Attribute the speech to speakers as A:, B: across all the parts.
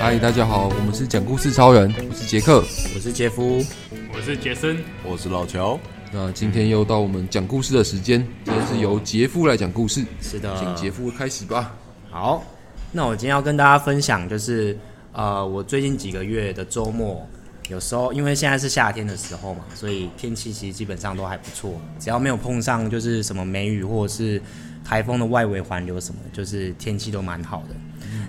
A: 嗨，大家好，我们是讲故事超人，我是杰克。
B: 我是杰夫，
C: 我是杰森，
D: 我是老乔，
A: 那今天又到我们讲故事的时间，今天是由杰夫来讲故事，
B: 是的
A: 请杰夫开始吧。
B: 好，那我今天要跟大家分享就是，呃，我最近几个月的周末，有时候因为现在是夏天的时候嘛，所以天气其实基本上都还不错，只要没有碰上就是什么梅雨或者是台风的外围环流什么，就是天气都蛮好的。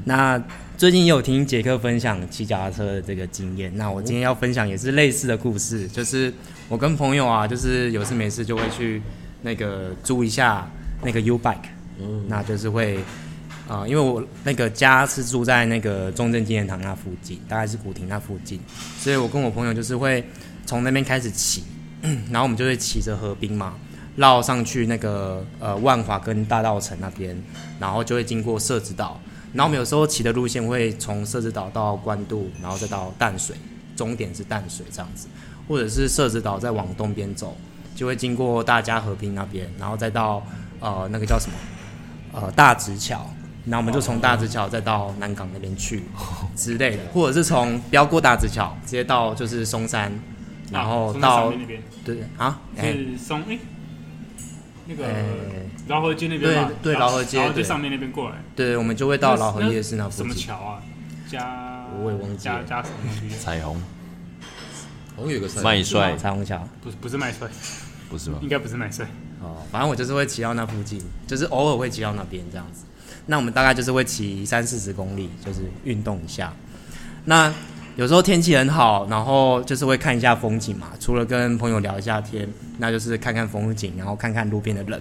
B: 那最近也有听杰克分享骑脚踏车的这个经验，那我今天要分享也是类似的故事，就是我跟朋友啊，就是有事没事就会去那个租一下那个 U Bike，嗯，那就是会啊、因为我那个家是住在那个中正纪念堂那附近，大概是古亭那附近，所以我跟我朋友就是会从那边开始骑，嗯然后我们就会骑着河滨嘛，绕上去那个呃万华跟大道城那边，然后就会经过社子岛，然后我们有时候骑的路线会从社子岛到关渡，然后再到淡水，终点是淡水这样子，或者是社子岛再往东边走，就会经过大家和平那边，然后再到呃那个叫什么？呃大直桥，然后我们就从大直桥再到南港那边去之类的，或者是从飙过大直桥直接到就是松山，然后
C: 啊
B: 到
C: 松山上面那边
B: 对啊，哎
C: 是松哎，那个
B: 哎
C: 饶河街那边吧，
B: 对对
C: 然后
B: 饶河街
C: 然后就
B: 对
C: 上面那边过来，
B: 对，我们就会到老河
C: 那
B: 夜市那附
C: 什么
B: 近。
C: 桥啊？加
B: 我也忘记
C: 加
B: 了
C: 加什么东西？
D: 彩虹
A: 好像有个赛
D: 麦
C: 啊
D: 帅
B: 彩虹桥
C: 不是不是麦穗，
D: 不是吗？
C: 应该不是麦 穗，
B: 哦，反正我就是会骑到那附近，就是偶尔会骑到那边这样子。那我们大概就是会骑三四十公里，就是运动一下。那有时候天气很好，然后就是会看一下风景嘛。除了跟朋友聊一下天，那就是看看风景，然后看看路边的人。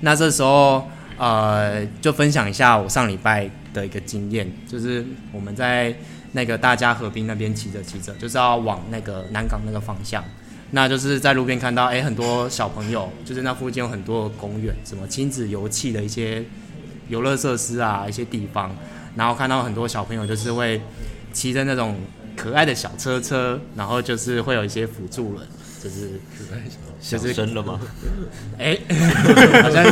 B: 那这时候，呃，就分享一下我上礼拜的一个经验，就是我们在那个大家河滨那边骑着骑着，就是要往那个南港那个方向。那就是在路边看到，哎、很多小朋友，就是那附近有很多公园，什么亲子游憩的一些游乐设施啊，一些地方，然后看到很多小朋友就是会骑着那种可爱的小车车，然后就是会有一些辅助人，就是
D: 小
B: 就是
D: 声了吗？
B: 哎、好像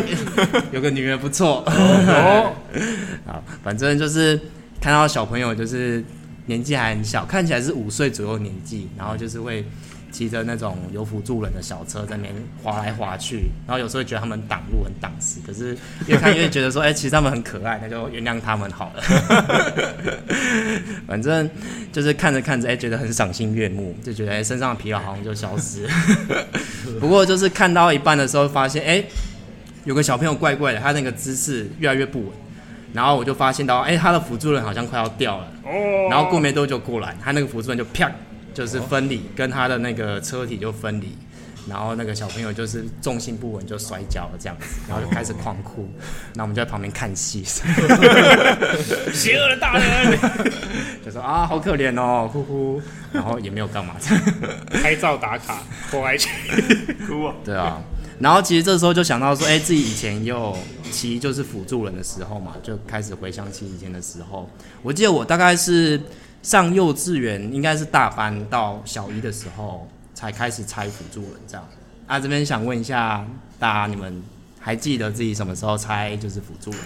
B: 有个女人不错。哦， 好，反正就是看到小朋友，就是年纪还很小，看起来是五岁左右年纪，然后就是会骑着那种有辅助人的小车在那边滑来滑去，然后有时候觉得他们挡路很挡事，可是越看越觉得说，哎、其实他们很可爱，那就原谅他们好了。反正就是看着看着，哎、觉得很赏心悦目，就觉得哎、身上的疲劳好像就消失了。不过就是看到一半的时候，发现哎、有个小朋友怪怪的，他那个姿势越来越不稳，然后我就发现到哎、他的辅助人好像快要掉了，
C: 哦
B: 然后过没多久过来，他那个辅助人就啪，就是分离，跟他的那个车体就分离。然后那个小朋友就是重心不稳就摔跤了这样子，然后就开始狂哭，然后我们就在旁边看戏，
C: 邪恶的大人
B: 就说啊好可怜哦，呼呼，然后也没有干嘛。
C: 拍照打卡，我还去 哭啊！
B: 对啊，然后其实这时候就想到说，哎、自己以前也有骑就是辅助人的时候嘛，就开始回想起以前的时候。我记得我大概是上幼稚园，应该是大班到小一的时候才开始拆辅助人这样。啊，这边想问一下大家，你们还记得自己什么时候拆就是辅助人？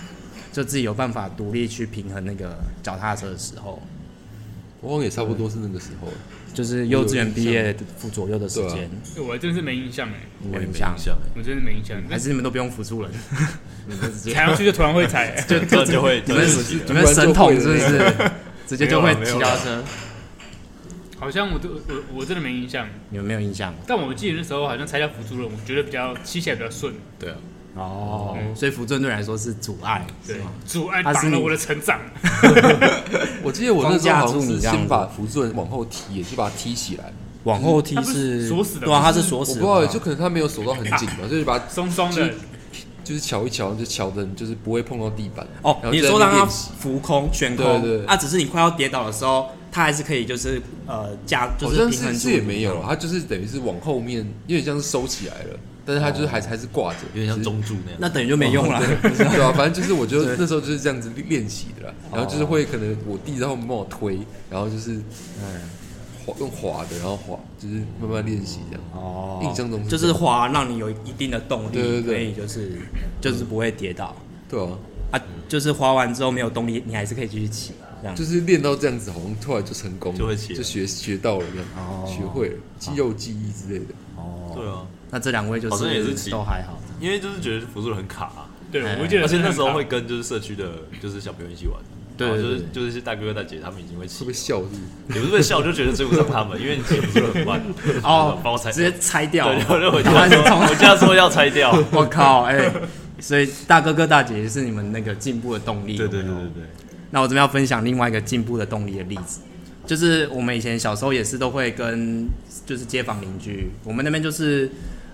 B: 就自己有办法独立去平衡那个脚踏车的时候，
A: 我好像也差不多是那个时候，
B: 就是幼稚园毕业左右的时
A: 对
B: 间
A: 啊，
C: 我还真是没印象哎，
B: 你
D: 我
B: 们
D: 也
B: 有
D: 没
B: 印
D: 印
B: 象
D: 象，
C: 我真的没印象，
B: 还是你们都不用辅助人，你们直接
C: 踩上去就突然会 踩，
D: 就突然就会
B: 你们
D: 就是
B: 你们神童是不是？ 直接就会骑脚踏车？
C: 好像我都我我真的没印象，
B: 你们没有印象
C: 但我记得那时候好像参加辅助人，我觉得比较骑起来比较顺，
D: 对啊，
B: 哦，所以福正对你来说是阻碍，
C: 对
B: 是吗？，
C: 阻碍
B: 他是
C: 挡了
B: 你
C: 我的 成长。
A: 我记得我那时候好像
B: 框架住
A: 是
B: 你这样子
A: 先把辅助人往后踢，也是把他踢起来，
B: 往后踢
C: 他不是锁死的吗
B: 对啊，他是锁
A: 我不
B: 死
A: 知
B: 的
A: 道欸，
B: 嘛，
A: 就可能他没有锁到很紧吧，就是把他
C: 松松
A: 就
C: 的
A: 是，就是瞧一瞧，就瞧的就是不会碰到地板。
B: 哦
A: 然，后
B: 你
A: 就在
B: 说
A: 那
B: 让
A: 边
B: 他
A: 练习
B: 浮空悬空，
A: 对对
B: 啊，只是你快要跌倒的时候，他还是可以就是呃架，就
A: 好
B: 是
A: 像
B: 平衡
A: 是
B: 住
A: 是也没有了，啊他就是等于是往后面，有点像是收起来了，但是他
B: 哦
A: 就是还还是挂着，
D: 有点像中柱那样。
B: 那等于就没用了。
A: 对啊，反正就是我觉得那时候就是这样
B: 哦哎
A: 子练习的啦，然后就是会可能我弟然后帮我推，然后就是滑用滑的，然后滑就是慢慢练习这样。
B: 哦
A: 印象中是
B: 就是滑让你有一定的动力，
A: 对对对
B: 所以就是就是不会跌倒
A: 对啊，
B: 啊，就是滑完之后没有动力，你还是可以继续骑这样。
A: 就是练到这样子，好像突然就成功了，
D: 就会起来
A: 就学学到了这样，
B: 哦
A: 学会了肌肉记忆之类的。
B: 哦，
D: 对啊，
B: 那这两位就
D: 好像也是骑
B: 都还好，
D: 因为就是觉得辅助人很卡啊、
C: 对，
B: 哎
C: 我记得
D: 而且
C: 是
D: 那时候
C: 很
D: 会
C: 大
D: 跟就是社区的，就是小朋友一起玩，
B: 对
D: 然后
B: 对
D: 就是就是大哥哥大姐他们已经会骑
A: 会，被笑是不是？
D: 也不是被笑，就觉得追不上他们，因为你骑辅助人很慢，
B: 哦
D: 把我踩
B: 直接拆掉
D: 对，
B: 了
D: 然后就回
B: 然后
D: 家
B: 是从
D: 说，回家说要拆掉，
B: 我靠，哎、所以大哥哥大姐姐是你们那个进步的动力。
D: 对对对
B: 有没有
D: 对对，
B: 那我这边要分享另外一个进步的动力的例子，就是我们以前小时候也是都会跟就是街坊邻居，我们那边就是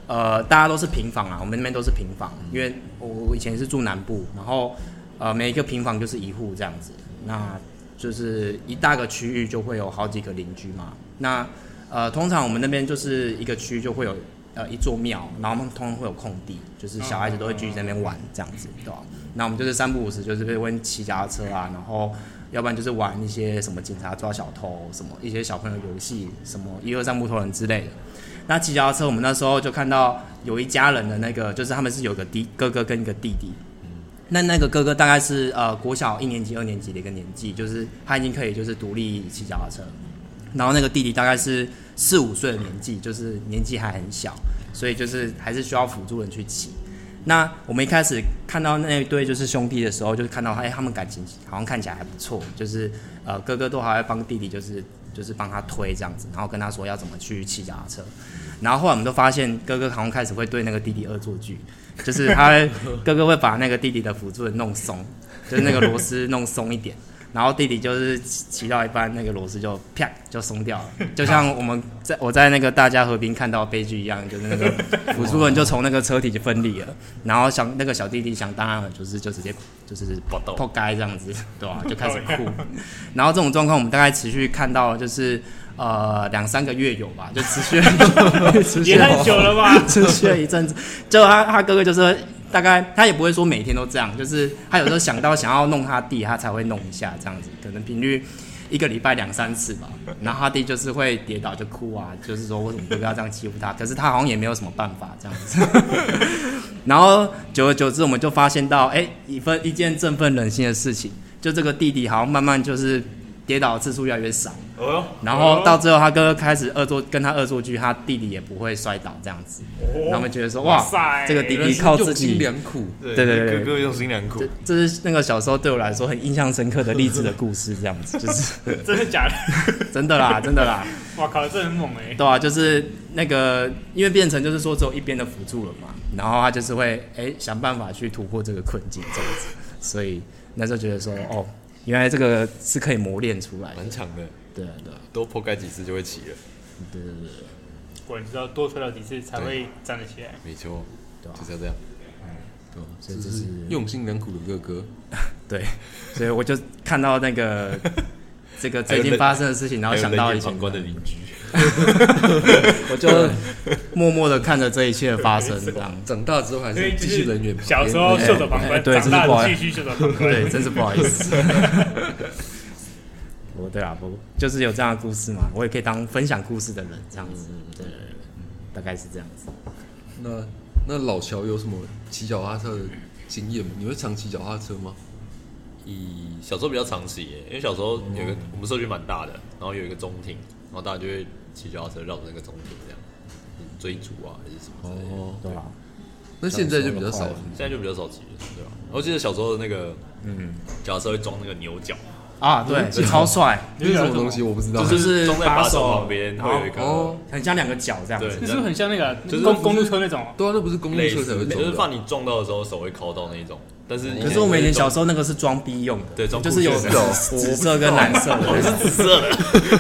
B: 呃大家都是平房啊，我们那边都是平房，因为我我以前是住南部，然后呃每一个平房就是一户这样子，那就是一大个区域就会有好几个邻居嘛，那呃通常我们那边就是一个区域就会有。呃，一座庙，然后我们通常会有空地，就是小孩子都会聚集在那边玩这样子，对吧、那我们就是三不五时，就是被问骑脚踏车啊，然后要不然就是玩一些什么警察抓小偷，什么一些小朋友游戏，什么一二三木头人之类的。那骑脚踏车，我们那时候就看到有一家人的那个，就是他们是有个弟哥哥跟一个弟弟。那那个哥哥大概是呃国小一年级、二年级的一个年纪，就是他已经可以就是独立骑脚踏车。然后那个弟弟大概是四五岁的年纪，就是年纪还很小，所以就是还是需要辅助人去骑。那我们一开始看到那一对就是兄弟的时候，就是看到哎、他们感情好像看起来还不错，就是呃哥哥都还会帮弟弟就是就是帮他推这样子，然后跟他说要怎么去骑脚踏车。然后后来我们都发现哥哥好像开始会对那个弟弟恶作剧，就是他会哥哥会把那个弟弟的辅助轮弄松，就是那个螺丝弄松一点。然后弟弟就是骑骑到一半，那个螺丝就啪就松掉了，就像我们在我在那个大家和平看到悲剧一样，就是那个辅助人就从那个车体就分离了，然后想那个小弟弟想当然了，就是就直接就是
D: 爆豆
B: 破街这样子，对吧、就开始哭。然后这种状况我们大概持续看到就是呃两三个月有吧，就持续持续
C: 也
D: 哦
C: 太久了 吧？
B: 持续了一阵子。就他他哥哥就是大概他也不会说每天都这样，就是他有时候想到想要弄他弟，他才会弄一下这样子，可能频率一个礼拜两三次吧。然后他弟就是会跌倒就哭啊，就是说为什么哥哥要这样欺负他？可是他好像也没有什么办法这样子。 然后久而久之，我们就发现到，哎，一份一件振奋人心的事情，就这个弟弟好像慢慢就是跌倒的次数越来越少。
D: 哦
B: 然后到最后，他哥哥开始恶作，跟他恶作剧，他弟弟也不会摔倒这样子。然后我们觉得说，哇
C: 哇，塞
B: 这个弟
A: 原来
B: 弟
A: 是
B: 靠自
A: 用心
B: 己，
A: 良苦，
B: 对
D: 哟，
B: 对对
D: 哥哥用心良苦
B: 这，这是那个小时候对我来说很印象深刻的励志的故事，这样子就是
C: 真的假的？
B: 真的啦，真的啦，
C: 哇靠，这很猛哎！
B: 对啊，就是那个，因为变成就是说只有一边的辅助了嘛，然后他就是会哎、想办法去突破这个困境这样子，所以那时候觉得说，哦，原来这个是可以磨练出来的，
D: 蛮强的，
B: 对啊对啊
D: 多破盖几次就会骑了，
B: 对对对，
C: 果然知道多推了几次才会站得起来。
D: 没错
B: 对啊，
D: 就是要这样，
A: 对吧？
B: 所以
A: 这
B: 这
A: 是
B: 是
A: 用心良苦的哥哥，
B: 对，所以我就看到那个这个最近发生的事情，然后
D: 还有
B: 想到以
D: 冷眼
B: 前
D: 旁观的邻居，
B: 我就默默的看着这一切发生，这样
A: 长大之后还
C: 所
A: 是
C: 以就
A: 继续人缘
C: 是
A: 旁边。
C: 小时候袖手旁
B: 哎哎
C: 观，
B: 对
C: 长
B: 这是
C: 大
B: 不好
C: 了
B: 意
C: 继
B: 思
C: 续袖手旁观。
B: 对，真是不好意思。我对啊，不就是有这样的故事嘛，我也可以当分享故事的人，这样子，对，大概是这样子。
A: 那那老乔有什么骑脚踏车的经验吗？你会常骑脚踏车吗？
D: 以小时候比较常骑耶，因为小时候有一个我们社区蛮大的，然后有一个中庭，然后大家就会骑脚踏车绕着那个中庭这样追逐啊，还是什么之类的。
A: 哦，
B: 对啊，
A: 那现在就比较少了。
D: 现在就比较少骑了，对吧、我记得小时候的那个，嗯，脚踏车会装那个牛角，
B: 啊，对，超帅，
A: 那是什么东西我不知道。
B: 就是
D: 装在把手旁边
B: 然
D: 会
B: 后
D: 有一个，
A: 哦，
B: 很像两个脚嗯这样子
D: 对。
C: 那是不是很像那个啊
D: 就是
C: 公公路车那种啊？
A: 对啊，那不是公路
D: 类
A: 车才
D: 似，
A: 会走
D: 就是
A: 的啊。
D: 怕你撞到的时候手会抠到那一种。但是
B: 可是我们以前小
D: 时
B: 时候那个是装逼用的，
D: 对装
B: 就是有
D: 酷炫
A: 的
B: 紫紫色跟蓝色的，
D: 候 是紫色的，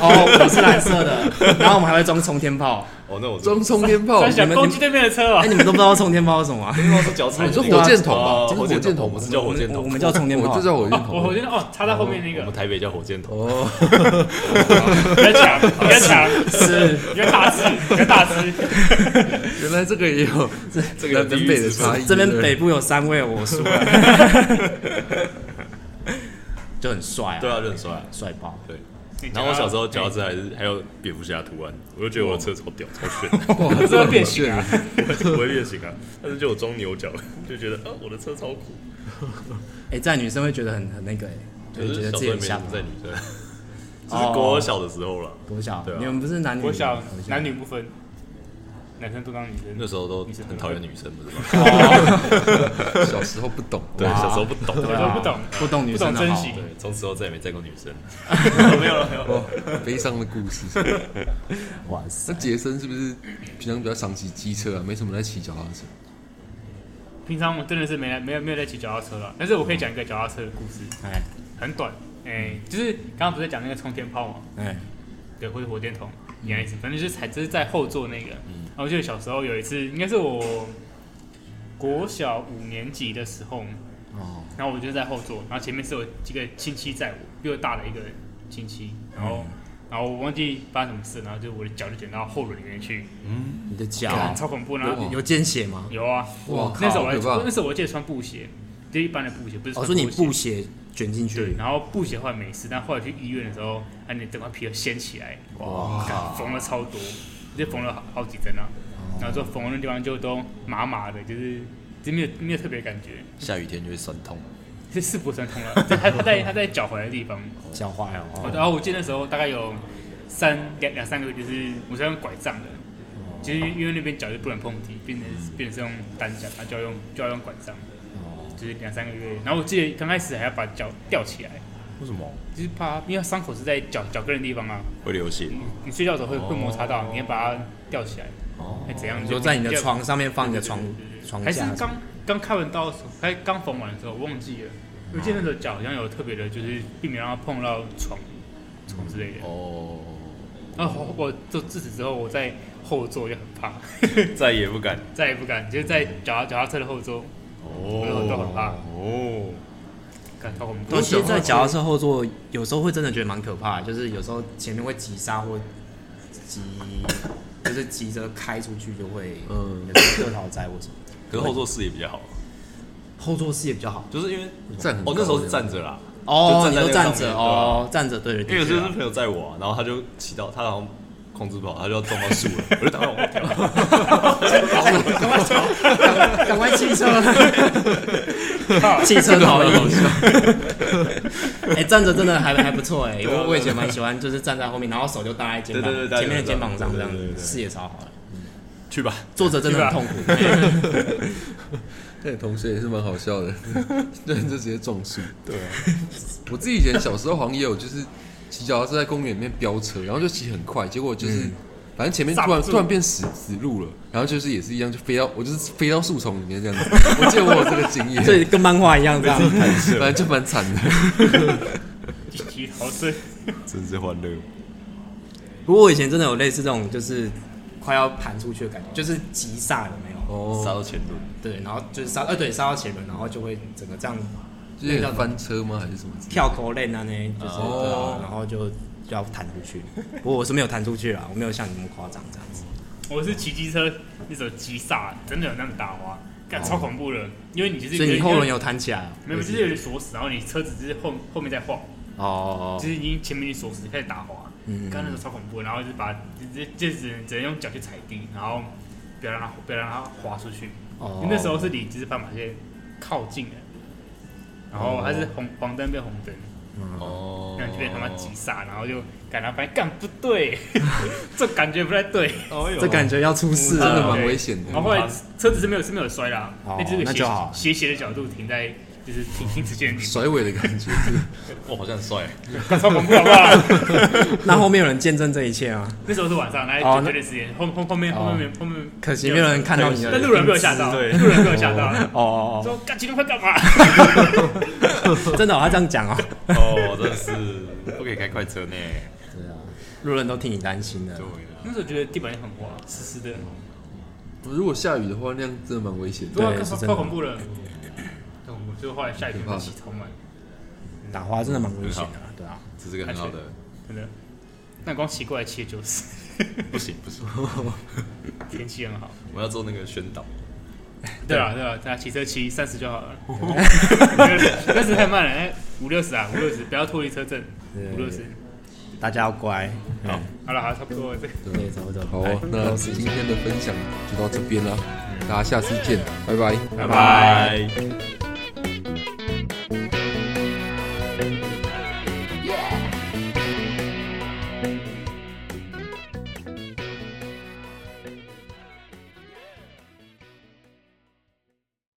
B: 哦，我是蓝色的，然后我们还会装冲天炮。
D: 哦，那我知道
A: 装冲天
D: 哦
A: 炮
C: 在，想
B: 你们
C: 攻击对面的车
B: 哎、
C: 啊！
B: 你们都不知道冲天炮是什么、啊？
D: 那是脚踩的那个，
A: 你说火箭筒吧
D: 哦
A: 这是
D: 火
A: 火箭
D: 箭
A: 筒
D: 筒，我们是叫火箭
B: 我
D: 筒，
B: 们叫冲天炮，啊
A: 我就叫火箭
D: 哎
C: 我我
A: 筒。
C: 觉得哦，插到后面那
D: 我
C: 个
D: 们，台北叫火箭筒。
A: 哦，
C: 比较 强，比较强，
B: 是
C: 比较大只，比较大只。
A: 原来这个也有
D: 这个有
A: 南
D: 地
A: 南
D: 域
A: 北的
D: 之分
A: 差异。
B: 这边
A: 对
B: 北部有三位，我输了， 就很帅啊，
D: 对啊，就很帅。
B: 帅爆。
D: 对， 然后我小时候脚
C: 趾
D: 趾还是还有蝙蝠侠图案，我就觉得我的车超屌超炫的，
A: 哇，
C: 这会变形啊
A: 很炫！
D: 我不会变形啊，但是就有装牛角，就觉得啊我的车超酷，
B: 哎、在女生会觉得很很那个哎、
D: 可
B: 就是觉得
D: 小
B: 自己
D: 时候也
B: 很
D: 没
B: 像啊
D: 什么在女生，这
B: 哦
D: 是国小的时候了，
B: 国小，
D: 对啊
B: 你们不是男女？
C: 我小男女不分，男生都当女生。
D: 那时候都很讨厌女生，不是吗？
A: 小时候不懂，
D: 对，小时候不
B: 啊
D: 懂，
C: 小时候不懂
B: 不懂女
C: 不
B: 生
C: 懂
B: 的
C: 珍
B: 好
C: 惜，
D: 对， 从此后再也没载过女生，没有了，没有了。
A: 哦悲伤的故事。
B: 哇塞
A: 那！杰森是不是平常比较常骑机车啊？没什么在骑脚踏车。
C: 平常我真的是没来没有没有在骑脚踏车了，但是我可以讲一个脚踏车的故事，
B: 哎
C: 很短，哎、就是刚刚不是讲那个冲天炮吗？
B: 哎，
C: 对，或者火箭筒，一样意思。反正就是踩，就是在后座那个。然后我记得小时候有一次，应该是我国小五年级的时候，
B: 哦，
C: 然后我就在后座，然后前面是有几个亲戚载我，比我大的一个亲戚，然后、然后我忘记发生什么事，然后就我的脚就卷到后轮里面去，
B: 你的脚啊
C: 干超恐怖，然后
B: 有有见血吗？
C: 有啊，
A: 哇
C: 那时候我还
A: 好可怕
C: 那时候我记得穿布鞋，就一般的布鞋，不是
B: 我
C: 穿
B: 哦说你布
C: 布鞋。
B: 鞋卷进
C: 对，
B: 去，
C: 然后布鞋后来没事，但后来去医院的时候，啊，你整块皮都掀起来，
B: 哇
C: 干缝了超多，就缝了好好几针啊。然后就缝的那地方就都麻麻的，就是就没有没有特别感觉，
D: 下雨天就会酸痛，
C: 这是不酸痛了。但它它在它在脚踝的地方，
B: 脚踝哦，
C: 然后我记得那时候大概有三两两三个月，就是我是用拐杖的，就是因为那边脚就不能碰地，变成变成是用单脚，那就要用就要用拐杖，
B: 哦
C: 就是两三个月。然后我记得刚开始还要把脚吊起来，
D: 为什么
C: 就是怕，因为伤口是在脚脚跟的地方啊，
D: 会流血？
C: 你你睡觉的时候会会摩擦到，你要把它吊起来，
B: 哦
C: 还怎样？
B: 你说在你的
C: 就
B: 床上面放一个
C: 对对
B: 床
C: 对对对
B: 床
C: 还是
B: 架，
C: 刚刚开完刀的时候，还刚缝完的时候，我忘记了。我记得那时候脚好像有特别的，就是避免让它碰到床、床之类的。
D: 哦，
C: 然后我我就自此之后，我在后座就很怕，
D: 再也不敢
C: 再也不敢，就是在脚踏脚踏车的后座，
D: 哦
C: 都很怕
D: 哦，
C: 敢超恐怖
B: 尤。其是在脚踏车后座，有时候会真的觉得蛮可怕的，就是有时候前面会急刹或急，就是急着开出去就会，
A: 嗯
B: 嗯，有时候得逃灾或什么。
D: 可是后座视野比较好，
B: 后座视野比较好
D: 就是因为
A: 站很高
D: 哦那时候是站着啦，
B: 哦，
D: 就站
B: 你
D: 在那
B: 都
D: 个
B: 站
D: 上面
B: 着哦，站着对对
D: 因
B: 对
D: 为有时
B: 对
D: 候
B: 啊
D: 是朋友载我啊，然后他就骑到他好像控制不好，他就要撞到树 了，我就打算我跳，
B: 赶快汽车，汽车逃逸。哎，站着真的还还不错哎，
D: 对啊
B: 我我以前蛮喜欢，就是站在后面，然后手就搭在肩膀
D: 对对对搭在
B: 前面的肩膀上这样
D: 对对对
B: 子，
D: 对
B: 视野超好的。
D: 去吧，
B: 坐着真的很痛 苦，哎
A: 那你同学也是蛮好笑 的，对，就直接撞树。
D: 对啊，
A: 我自己以前小时候好像也有，就是骑脚踏车在公园里面飙车，然后就骑很快，结果就是、反正前面突
C: 刹
A: 然
C: 不住
A: 突然变死死路了，然后就是也是一样，就飞到我就是飞到树丛里面这样子。 我记得我有这个经验，
B: 这跟漫画一样这样。
A: 反正就蛮惨的。
C: 骑逃车，
D: 真是欢乐。
B: 不过我以前真的有类似这种，就是快要盘出去的感觉，就是急刹有没有？
D: 杀
A: 哦，
D: 到前轮，
B: 对，然后就是刹，呃，对，刹到前轮，然后就会整个这样
A: 就是有点翻车吗？还是什么之类的？
B: 跳高链啊，那就是、
A: 哦
B: 对啊，然后就就要弹出去。不过我是没有弹出去啦，我没有像你们夸张这样子。
C: 我是骑机车那时候急刹，真的有那种打滑，干超恐怖的，因为你就是
B: 哦所以你后轮
C: 有
B: 有弹起来啊？
C: 没有就是有点锁死，然后你车子只是后后面在晃。
B: 哦
C: 就，是已经前面已经锁死，开始打滑，
B: 嗯
C: 刚刚那时候超恐怖，然后就是把就就只能只能用脚去踩地，然后不要让它不要让它滑出去，
B: 哦
C: 因为那时候是离就是斑马线靠近的，然后还是
B: 哦
C: 红黄灯变红灯，
D: 哦
C: 然后就变他妈急刹，然后就感到发现干不 对，这感觉不太对，
D: 哦
B: 这感
D: 觉
B: 觉要出事啊
A: 真的
B: 了。
A: 吗蛮
C: 对
A: 危险的
C: 然后后来车子是没有是没有摔啦，
B: 哦
C: 那就是
B: 那
C: 个
B: 就好
C: 斜斜斜的角度停在就是停停止线的地方，
A: 甩尾的感觉，
D: 哇，好像很帅，
C: 超恐怖好不好？
B: 那后面有人见证这一切吗？
C: 那时候是晚上，来
B: 哦
C: 绝对时间，后后后面后面后面，
B: 可惜没有人看到你的
C: 但路人被我吓到，
D: 对
C: 路人被我吓到，
B: 哦哦
C: 说干今天 快干嘛？
B: 哦， 真的、哦，他这样讲哦。
D: 哦，真的是不可以开快车呢，
B: 对啊，路人都替你担心的
D: 对。啊的，
C: 那时候觉得地板也很滑，湿湿的，
A: 如果下雨的话，那样真的蛮危险的。
C: 对啊，
B: 对是
C: 超
B: 真的
C: 超恐怖了，超恐怖。就后来下雨天就骑超慢，
B: 打滑真的蛮危险的啦，对啊。
D: 这是个很好的，
C: 真的。那光骑过来骑九十，
D: 不行不行，
C: 天气很好。
D: 我要做那个宣导，
C: 对啊对啊，大家骑车骑三十就 好了，三十太慢了，哎，五六十啊，五六十，不要脱离车阵，
B: 对
C: 五六十。
B: 大家要乖。好，
C: 好了，好，差不多了，这
B: 对，走走，
A: 好
B: 拜
A: 哦，那今天的分享就到这边啦，大家下次见，拜拜。
C: 拜
D: 拜。
E: Yeah.